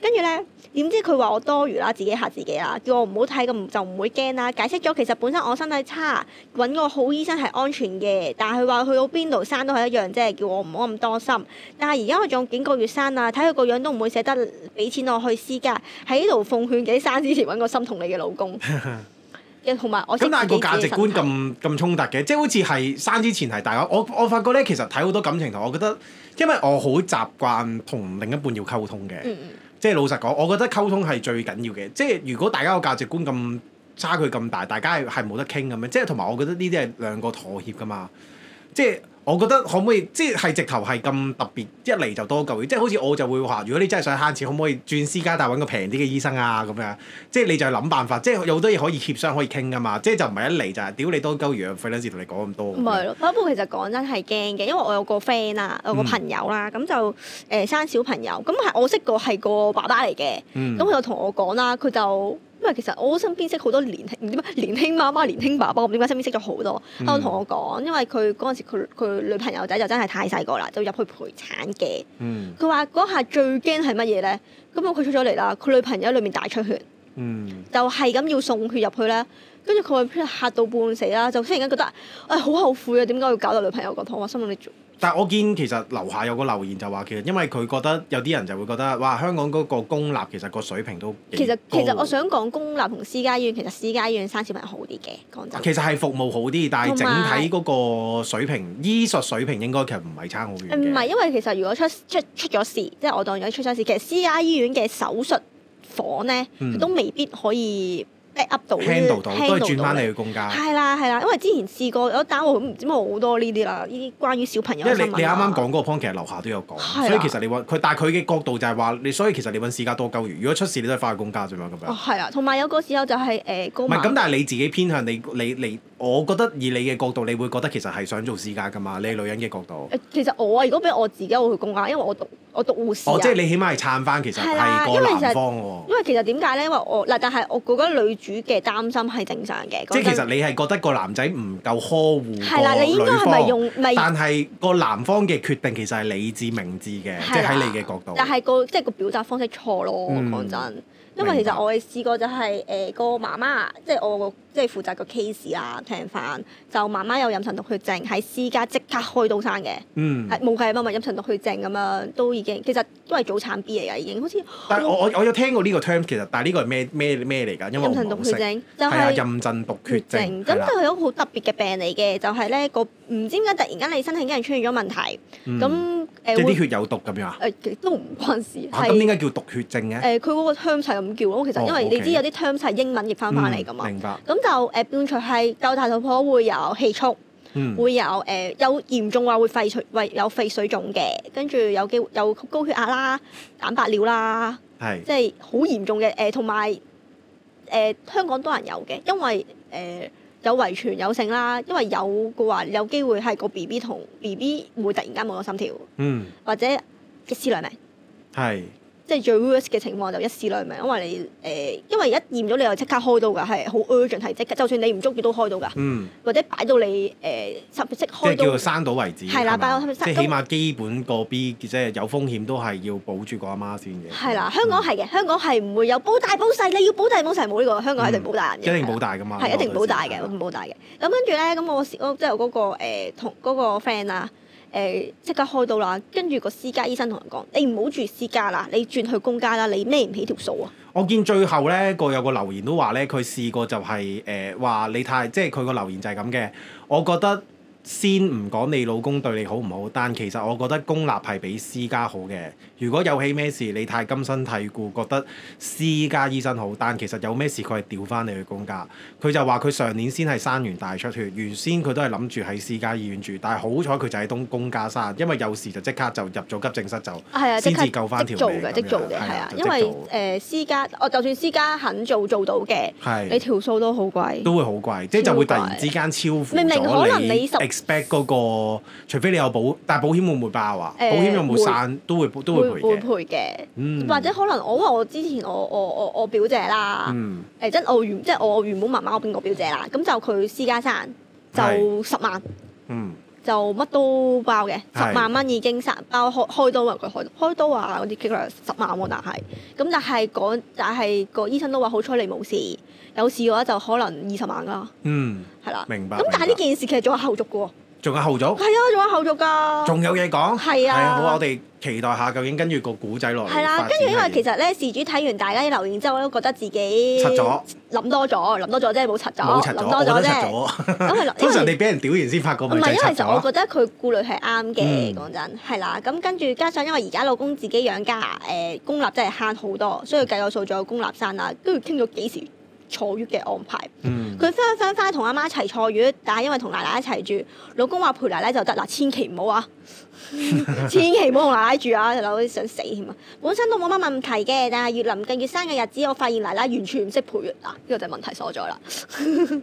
[SPEAKER 1] 跟住咧點知佢話我多餘啦，自己嚇自己啦，叫我唔好睇咁就唔會驚啦。解釋咗其實本身我身體差，揾個好醫生係安全嘅，但係佢話去到邊度生都係一樣啫，叫我唔好咁多心。但係而家我仲有幾個月生啦，睇佢個樣都唔會捨得俾錢我去私家，喺呢度奉勸己生之前揾個心同你嘅老 公。同埋我識
[SPEAKER 2] 咁但係
[SPEAKER 1] 自
[SPEAKER 2] 個
[SPEAKER 1] 己
[SPEAKER 2] 價
[SPEAKER 1] 自
[SPEAKER 2] 值
[SPEAKER 1] 己
[SPEAKER 2] 觀
[SPEAKER 1] 身體
[SPEAKER 2] 咁咁衝突嘅，即係好似係生之前係大家，我我發覺咧，其實睇好多感情台，我覺得因為我好習慣同另一半要溝通嘅，
[SPEAKER 1] 嗯嗯
[SPEAKER 2] 即係老實講，我覺得溝通係最緊要嘅。即係如果大家個價值觀咁差距咁大，大家係係冇得傾咁樣。即係同埋我覺得呢啲係兩個妥協噶嘛。即係我覺得可唔可以，即係直頭係咁特別，一嚟就多嚿嘢。即係好似我就會話，如果你真係想慳錢，可唔可以轉私家但係揾個平啲嘅醫生啊咁樣？即係你就係諗辦法，即係有好多嘢可以協商可以傾噶嘛。即係就唔係一嚟就係屌你多鳩魚，費撚事同你講咁多。
[SPEAKER 1] 唔係咯，不過其實講真係驚嘅，因為我有個 friend 啦，有個
[SPEAKER 2] 嗯
[SPEAKER 1] 朋友啦，咁就誒生小朋友，咁係我識個係個爸爸嚟嘅，
[SPEAKER 2] 嗯
[SPEAKER 1] 咁佢就同我講啦，佢就因為其實我身邊識好多年輕唔知乜年輕媽媽、年輕爸爸，我唔知點解身邊識咗好多，
[SPEAKER 2] 嗯
[SPEAKER 1] 佢就同我講，因為佢嗰陣時佢佢女朋友仔就真係太細個啦，就入去陪產嘅，
[SPEAKER 2] 嗯
[SPEAKER 1] 佢話嗰下最驚係乜嘢咧？咁佢出咗嚟啦，佢女朋友喺裏面大出血。
[SPEAKER 2] 嗯
[SPEAKER 1] 就係咁要送血入去咧，跟住佢話嚇到半死啦，就忽然間覺得唉好後悔啊，點解要搞到女朋友個肚？我心諗你做
[SPEAKER 2] 但係我見其實樓下有個留言就話，其實因為佢覺得有啲人就會覺得，哇！香港嗰個公立其實個水平都幾
[SPEAKER 1] 其實
[SPEAKER 2] 高
[SPEAKER 1] 其實我想講公立同私家醫院，其實私家醫院生小朋友好啲嘅，講真。
[SPEAKER 2] 其實係服務好啲，但係整
[SPEAKER 1] 同埋
[SPEAKER 2] 體嗰個水平、醫術水平應該其實唔係差好遠嘅
[SPEAKER 1] 唔係，因為其實如果出出出咗事，即係我當咗出咗事，其實私家醫院嘅手術房咧，
[SPEAKER 2] 嗯
[SPEAKER 1] 佢都未必可以 back up 到
[SPEAKER 2] handle 到，都係
[SPEAKER 1] handle
[SPEAKER 2] 轉翻
[SPEAKER 1] 到
[SPEAKER 2] 你去公家。
[SPEAKER 1] 係啦係啦，因為之前試過有一單我唔知乜好多呢啲啦，呢啲關於小朋友
[SPEAKER 2] 因為
[SPEAKER 1] 嘅
[SPEAKER 2] 你
[SPEAKER 1] 新聞啊
[SPEAKER 2] 你啱啱
[SPEAKER 1] 啦
[SPEAKER 2] 講嗰個 point 其實樓下都有講，
[SPEAKER 1] 係啊
[SPEAKER 2] 所以其實你揾佢，但係佢嘅角度就係話你，所以其實你揾私家多鳩魚。如果出事你都係翻去公家啫嘛，咁樣
[SPEAKER 1] 哦。係啦，同埋有個時候就係誒高
[SPEAKER 2] 唔係咁，但係你自己偏向你你你，我覺得以你嘅角度，你會覺得其實係想做私家噶嘛？你係女人嘅角度，
[SPEAKER 1] 誒，其實我啊，如果俾我自己，我會去公家，因為我讀我讀護士啊。
[SPEAKER 2] 哦，即係你起碼係撐翻，其實
[SPEAKER 1] 係啦
[SPEAKER 2] 係
[SPEAKER 1] 因
[SPEAKER 2] 個
[SPEAKER 1] 為其實
[SPEAKER 2] 男方喎。
[SPEAKER 1] 因為其實點解咧？因為我嗱，但係我覺得女主嘅擔心係正常嘅。
[SPEAKER 2] 即係其
[SPEAKER 1] 講
[SPEAKER 2] 實
[SPEAKER 1] 真
[SPEAKER 2] 你係覺得個男仔唔夠呵護
[SPEAKER 1] 係啦，你應該係咪
[SPEAKER 2] 個女方
[SPEAKER 1] 用咪？
[SPEAKER 2] 但係個男方嘅決定其實係理智明智嘅，即
[SPEAKER 1] 係
[SPEAKER 2] 係
[SPEAKER 1] 啦
[SPEAKER 2] 喺你嘅角度。
[SPEAKER 1] 但係個即係個表達方式錯咯，
[SPEAKER 2] 嗯
[SPEAKER 1] 講真。因為其
[SPEAKER 2] 明白
[SPEAKER 1] 實我哋試過就係誒個媽媽，即係我個即係負責個 case 啦，聽翻就媽媽有妊娠毒血症，喺私家即刻開刀生嘅，
[SPEAKER 2] 嗯，
[SPEAKER 1] 係冇計乜乜妊娠毒血症咁樣都已經，其實都係早產 B 嚟㗎，已經好似
[SPEAKER 2] 但係我我我有聽過呢個 term，其實但係呢個係咩咩咩嚟㗎？因為我
[SPEAKER 1] 妊娠
[SPEAKER 2] 唔係好
[SPEAKER 1] 毒血
[SPEAKER 2] 識。
[SPEAKER 1] 症就
[SPEAKER 2] 係啊，
[SPEAKER 1] 係、嗯
[SPEAKER 2] 妊娠毒血症。
[SPEAKER 1] 咁就
[SPEAKER 2] 係啦
[SPEAKER 1] 係一個好特別嘅病嚟嘅，就係咧個唔知點解突然間你身體已經出現咗問題，
[SPEAKER 2] 嗯
[SPEAKER 1] 咁
[SPEAKER 2] 即
[SPEAKER 1] 誒
[SPEAKER 2] 係啲
[SPEAKER 1] 會
[SPEAKER 2] 血有毒咁樣啊？
[SPEAKER 1] 誒其實都唔關事，
[SPEAKER 2] 啊咁
[SPEAKER 1] 係
[SPEAKER 2] 點
[SPEAKER 1] 呃
[SPEAKER 2] 解叫毒血症嘅？
[SPEAKER 1] 誒佢嗰個 terms 係咁叫咯。其
[SPEAKER 2] 哦
[SPEAKER 1] 實因為你
[SPEAKER 2] OK
[SPEAKER 1] 知有啲 terms 係英文譯翻翻嚟噶嘛
[SPEAKER 2] 嗯，明白。
[SPEAKER 1] 咁就呃誒變除係夠大肚婆會有氣促。
[SPEAKER 2] 嗯
[SPEAKER 1] 會有誒、呃有嚴重話會肺水胃有肺水腫嘅，跟住有機會有高血壓啦、蛋白尿啦，
[SPEAKER 2] 係
[SPEAKER 1] 即係好嚴重嘅誒，同埋誒香港多人有嘅，因為誒、呃有遺傳有性啦，因為有嘅話有機會係個 B B 同 B B 會突然間冇咗心跳，
[SPEAKER 2] 嗯
[SPEAKER 1] 或者一屍兩命，
[SPEAKER 2] 係
[SPEAKER 1] 即係最 worst 嘅情況就一屍兩命，因為你誒、呃因為一驗咗你就即刻開刀㗎，係好 urgent 係即刻，就算你唔足月都開刀㗎，
[SPEAKER 2] 嗯，
[SPEAKER 1] 或者擺到你誒十即
[SPEAKER 2] 即係
[SPEAKER 1] 開
[SPEAKER 2] 叫
[SPEAKER 1] 刀
[SPEAKER 2] 做。生到為止。
[SPEAKER 1] 係啦
[SPEAKER 2] 係嘛
[SPEAKER 1] 但係我係咪
[SPEAKER 2] 即係
[SPEAKER 1] 生
[SPEAKER 2] 起碼基本個 B 即係有風險都係要保住個阿媽先嘅。嗯
[SPEAKER 1] 係啦，香港係嘅，香港係唔會有保大保細，你要保大保細冇呢個，香港一定保大人
[SPEAKER 2] 嗯一
[SPEAKER 1] 嘅，
[SPEAKER 2] 定保大㗎嘛。
[SPEAKER 1] 係一定唔好大嘅，
[SPEAKER 2] 係啦
[SPEAKER 1] 唔好大嘅。咁跟住咧，咁我試我即係我嗰個誒同嗰個 friend 啦，誒即刻開到啦，跟住個私家醫生同人講：你唔好住私家啦，你轉去公家啦，你孭唔起條數啊！
[SPEAKER 2] 我見最後咧個有個留言都話咧，佢試過就係誒話你太，即係佢個留言就係咁嘅。我覺得先唔講你老公對你好唔好，但其實我覺得公立係比私家好嘅。如果有起咩事，你太根深蒂固覺得私家醫生好，但其實有咩事佢係調翻你去公家。佢就話佢上年先係生完大出血，原先佢都係諗住喺私家醫院住，但係好彩佢就喺東公家生，因為有事就即刻就入咗急症室就。
[SPEAKER 1] 啊係啊，即
[SPEAKER 2] 先
[SPEAKER 1] 刻
[SPEAKER 2] 至救返
[SPEAKER 1] 即
[SPEAKER 2] 條
[SPEAKER 1] 做
[SPEAKER 2] 命
[SPEAKER 1] 嘅，
[SPEAKER 2] 咁
[SPEAKER 1] 即
[SPEAKER 2] 樣
[SPEAKER 1] 做嘅
[SPEAKER 2] 係
[SPEAKER 1] 係
[SPEAKER 2] 啊
[SPEAKER 1] 啊，
[SPEAKER 2] 就
[SPEAKER 1] 因
[SPEAKER 2] 即
[SPEAKER 1] 為
[SPEAKER 2] 做
[SPEAKER 1] 誒私家，我就算私家肯做做到嘅，
[SPEAKER 2] 係
[SPEAKER 1] 你條數都好貴。
[SPEAKER 2] 都會好貴，即係就會突然之間超乎咗
[SPEAKER 1] 明明可能你十
[SPEAKER 2] expect 嗰、個，除非你有保，但係保險會唔會包啊？
[SPEAKER 1] 誒
[SPEAKER 2] 保險有冇散都會都會賠
[SPEAKER 1] 會賠
[SPEAKER 2] 嘅，
[SPEAKER 1] 嘅，
[SPEAKER 2] 嗯
[SPEAKER 1] 或者可能我因為我之前我我我我表姐啦，
[SPEAKER 2] 嗯
[SPEAKER 1] 誒即係我原即係我原本媽媽嗰邊個表姐啦，咁就佢私家生就
[SPEAKER 2] 係
[SPEAKER 1] 十萬。
[SPEAKER 2] 嗯，
[SPEAKER 1] 就乜都包嘅，十
[SPEAKER 2] 係
[SPEAKER 1] 萬蚊已經殺包開開刀啊！佢開開刀啊嗰啲激量十萬喎，但係咁但係講但係個醫生都話好彩你冇事，有事嘅話就可能二十萬㗎啦，
[SPEAKER 2] 嗯，
[SPEAKER 1] 係啦。
[SPEAKER 2] 明白。
[SPEAKER 1] 咁但係呢
[SPEAKER 2] 明白
[SPEAKER 1] 件事其實仲有後續嘅喎，
[SPEAKER 2] 仲有後
[SPEAKER 1] 係
[SPEAKER 2] 續，
[SPEAKER 1] 啊，仲有後續㗎。
[SPEAKER 2] 仲有嘢講。
[SPEAKER 1] 係啊
[SPEAKER 2] 係好，我哋期待下究竟跟住個古仔落嚟。
[SPEAKER 1] 係啦，跟住因為其實咧，事主睇完大家啲留言之後咧，覺得自己
[SPEAKER 2] 柒咗
[SPEAKER 1] 諗多咗，諗多咗啫，冇柒
[SPEAKER 2] 冇
[SPEAKER 1] 咗，
[SPEAKER 2] 柒
[SPEAKER 1] 諗
[SPEAKER 2] 咗，
[SPEAKER 1] 多
[SPEAKER 2] 我覺得
[SPEAKER 1] 咗
[SPEAKER 2] 柒
[SPEAKER 1] 啫。
[SPEAKER 2] 咗。
[SPEAKER 1] 咁係啦因
[SPEAKER 2] 通常
[SPEAKER 1] 為
[SPEAKER 2] 你俾人屌完先發覺，
[SPEAKER 1] 唔
[SPEAKER 2] 咪就
[SPEAKER 1] 係，因
[SPEAKER 2] 係柒
[SPEAKER 1] 為其實我
[SPEAKER 2] 咗。
[SPEAKER 1] 覺得佢顧慮係啱嘅，
[SPEAKER 2] 嗯
[SPEAKER 1] 講真係啦。咁跟住加上因為而家老公自己養家，誒、公立真係慳好多，所以計個數仲有公立生啦。跟住傾咗幾時坐月嘅安排，
[SPEAKER 2] 嗯，
[SPEAKER 1] 佢翻翻翻同阿媽一齊坐月，但係因為同奶奶一齊住，老公話陪奶奶就得啦，千祈唔好啊， 千祈唔好同奶奶住啊，就好想死添啊！本身都冇乜問題嘅，但係越臨近越生嘅日子，我發現奶奶完全唔識陪月嗱，呢、個就係問題所在啦。咁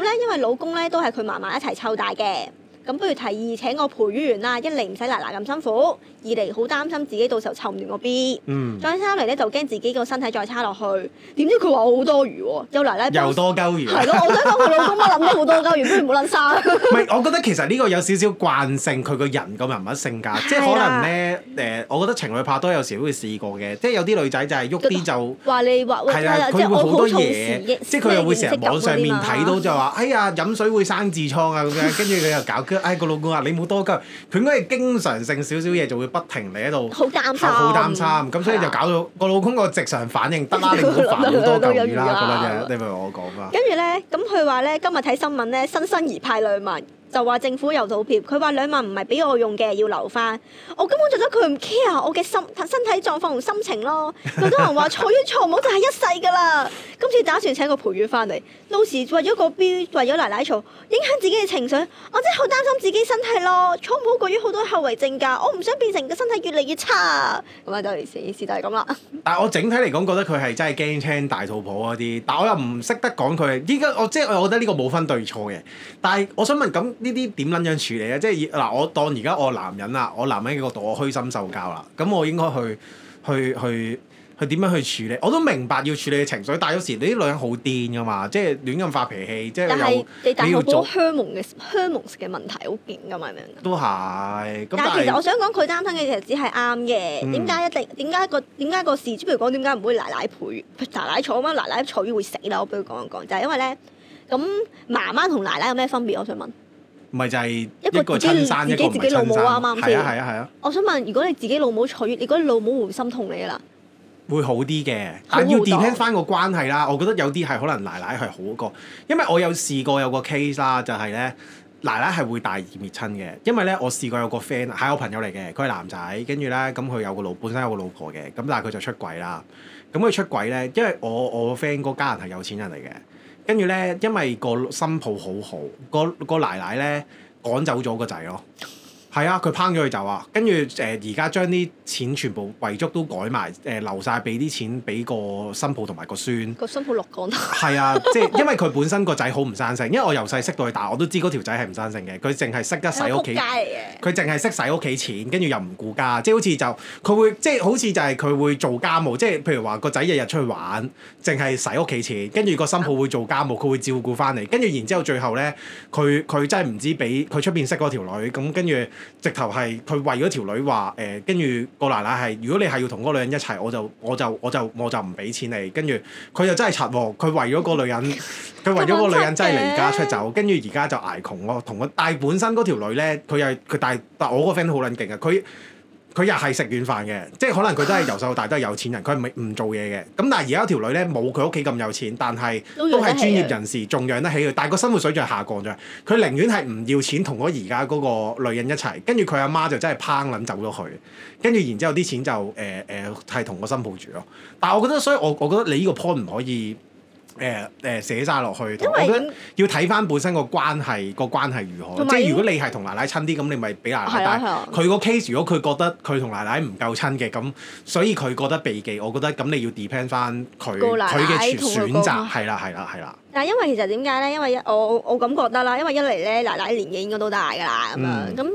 [SPEAKER 1] 咧，因為老公咧都係佢嫲嫲一齊湊大嘅，咁不如提議請我陪月員啦，一嚟唔使奶奶咁辛苦，二嚟好擔心自己到時候湊唔掂個 B。
[SPEAKER 2] 嗯，
[SPEAKER 1] 再三嚟咧就驚自己個身體再差落去，點知佢話我好多餘喎，有奶奶幫
[SPEAKER 2] 又多啊鳩魚。
[SPEAKER 1] 係咯，我想講佢老公都諗咗好多鳩，原本唔好撚 生。
[SPEAKER 2] 唔係，我覺得其實呢個有少少慣性，佢個人個人物性
[SPEAKER 1] 啊
[SPEAKER 2] 格，即係可能咧誒、我覺得情侶拍拖有時會試過嘅，即係有啲女仔就係喐啲就
[SPEAKER 1] 話你話喂，
[SPEAKER 2] 係啦，
[SPEAKER 1] 即
[SPEAKER 2] 佢會
[SPEAKER 1] 係我
[SPEAKER 2] 好
[SPEAKER 1] 好
[SPEAKER 2] 多
[SPEAKER 1] 重
[SPEAKER 2] 嘢
[SPEAKER 1] 視，
[SPEAKER 2] 即係佢又會成日網上面睇到就
[SPEAKER 1] 話，
[SPEAKER 2] 話，哎呀飲水會生痔瘡啊咁樣，跟住佢又搞，跟哎個老公話你冇多鳩，佢應該係經常性少少嘢就會不停嚟喺度。
[SPEAKER 1] 好擔心，
[SPEAKER 2] 好擔心，咁所以就
[SPEAKER 1] 係啊。
[SPEAKER 2] 搞到個老公個直常反 應得啦，你唔好煩好多嚿魚啦
[SPEAKER 1] 啊
[SPEAKER 2] 咁樣啫，你明我講啊嘛？
[SPEAKER 1] 跟住咧，咁佢話咧，今日睇新聞咧，新生兒派兩萬。就話政府又倒貼，佢話兩萬唔係俾我用嘅，要留翻。我根本就覺得佢唔 care 我嘅心身體狀況同心情咯。有多人話坐冤坐冇就係一世噶啦。今次打算請個陪月翻嚟，到時為咗個 B，為咗奶奶嘈，影響自己嘅情緒，我真係好擔心自己身體咯。坐唔好個月好多後遺症㗎，我唔想變成個身體越嚟越差。咁啊，就成件事就係咁啦。
[SPEAKER 2] 但我整體嚟講，覺得佢係真係驚青大肚婆嗰啲，但我又唔識得講佢係。依家我即係我覺得呢個冇分對錯嘅。但係我想問，咁呢啲點撚樣處理啊咧？即係以嗱，我當而家我男人啦，我男人嘅角度，我虛心受教啦，咁我應該去去去去點樣去處理？我都明白要處理嘅情緒，但係有時你啲女人好癲噶嘛，即係亂咁發脾氣，即係
[SPEAKER 1] 但係
[SPEAKER 2] 又
[SPEAKER 1] 你大
[SPEAKER 2] 你要
[SPEAKER 1] 學
[SPEAKER 2] 做
[SPEAKER 1] 嗰荷蒙嘅荷蒙嘅問題好勁㗎嘛，係咪？
[SPEAKER 2] 都係。咁
[SPEAKER 1] 但係其實我想講佢擔心嘅其實只係啱嘅，
[SPEAKER 2] 嗯
[SPEAKER 1] 點解一定點解個點解個事主譬如講點解唔會奶奶陪奶奶坐啊嘛？奶奶坐會死啦！我俾佢講一講，就係因為咧，咁媽媽同奶奶有咩分別？我想問，
[SPEAKER 2] 唔係就係
[SPEAKER 1] 一個
[SPEAKER 2] 一個
[SPEAKER 1] 自己
[SPEAKER 2] 親生，一個唔
[SPEAKER 1] 自
[SPEAKER 2] 係
[SPEAKER 1] 己老
[SPEAKER 2] 親
[SPEAKER 1] 母
[SPEAKER 2] 生。
[SPEAKER 1] 啊啱唔啱
[SPEAKER 2] 係
[SPEAKER 1] 先
[SPEAKER 2] 啊係啊係啊，
[SPEAKER 1] 我想問，如果你自己老母坐月，你覺得老母會唔會心痛你㗎啦？
[SPEAKER 2] 會好啲嘅，
[SPEAKER 1] 好
[SPEAKER 2] 但要
[SPEAKER 1] 好多
[SPEAKER 2] depend 翻個關係啦。我覺得有啲係可能奶奶係好過，因為我有試過有個 case 啦，就係咧奶奶係會大義滅親嘅，因為咧我試過有個 friend 啊係我朋友嚟嘅，佢係男仔，跟住咧咁佢有個老本身有個老婆嘅，咁但係佢就出軌啦。咁佢出軌咧，因為我我 friend 嗰家人係有錢人嚟嘅，跟住咧因為個新抱好好，個個奶奶咧趕走咗個仔咯。係啊，佢拚咗佢走啊，跟住誒而家將啲錢全部遺囑都改埋，誒、留晒俾啲錢俾個新抱同埋個孫。
[SPEAKER 1] 個心抱落 降頭，
[SPEAKER 2] 係啊，即係因為佢本身個仔好唔生性，因為我由細識到佢大，我都知嗰條仔係唔生性嘅，佢淨係識得
[SPEAKER 1] 係
[SPEAKER 2] 使
[SPEAKER 1] 個
[SPEAKER 2] 屋
[SPEAKER 1] 仆街嚟
[SPEAKER 2] 企。
[SPEAKER 1] 嘅。
[SPEAKER 2] 佢淨係識使屋企錢，跟住又唔顧家，即係好似就佢會即係好似就係佢會做家務，即係譬如話個仔日日出去玩，淨係使屋企錢，跟住個新抱會做家務，佢會照顧翻嚟，跟住然之後最後咧，佢佢真係唔知俾佢出邊識嗰條女，咁跟住直頭係佢為咗條女話誒，呃跟、住個奶奶係如果你係要同嗰個女人一齊，我就我就我就我就唔俾錢你，跟住佢就真係柒喎，佢為咗個女人，佢為
[SPEAKER 1] 啊
[SPEAKER 2] 咗個女人真係離家出走，跟住而家就捱窮咯。同個但係本身嗰條女咧，佢又佢但係但我個 friend 都好撚勁啊，佢。佢又係食軟飯嘅，即係可能佢都係由細到大都係有錢人，佢唔係唔做嘢嘅。咁但係而家條女咧冇佢屋企咁有錢，但係
[SPEAKER 1] 都
[SPEAKER 2] 都
[SPEAKER 1] 養
[SPEAKER 2] 係
[SPEAKER 1] 得
[SPEAKER 2] 專
[SPEAKER 1] 起
[SPEAKER 2] 業
[SPEAKER 1] 嘅
[SPEAKER 2] 人士，仲養得起佢，但係個生活水準係下降咗。佢寧願係唔要錢同我而家嗰個女人一齊，跟住佢阿媽就真係拚撚走咗佢，跟住然之後啲錢就誒誒係同個新抱住咯。但係我覺得，所以我我覺得你呢個 point 唔可以誒誒、寫晒落去，同
[SPEAKER 1] 因
[SPEAKER 2] 我
[SPEAKER 1] 為
[SPEAKER 2] 覺得要睇翻本身個關係個關係如何。
[SPEAKER 1] 同埋
[SPEAKER 2] 即係如果你係同奶奶親啲，咁你咪俾奶奶。
[SPEAKER 1] 係啊
[SPEAKER 2] 但
[SPEAKER 1] 係啊
[SPEAKER 2] 係佢個 case 如果佢覺得佢同奶奶唔夠親嘅，咁所以佢覺得避忌，我覺得咁你要 depend 翻佢
[SPEAKER 1] 個
[SPEAKER 2] 佢
[SPEAKER 1] 奶奶
[SPEAKER 2] 嘅
[SPEAKER 1] 同佢
[SPEAKER 2] 選
[SPEAKER 1] 個
[SPEAKER 2] 擇係啦係啦係啦。
[SPEAKER 1] 但係因為其實點解咧？因為一我我我咁覺得啦，因為一嚟咧奶奶年紀應該都大㗎啦，咁樣
[SPEAKER 2] 嗯
[SPEAKER 1] 咁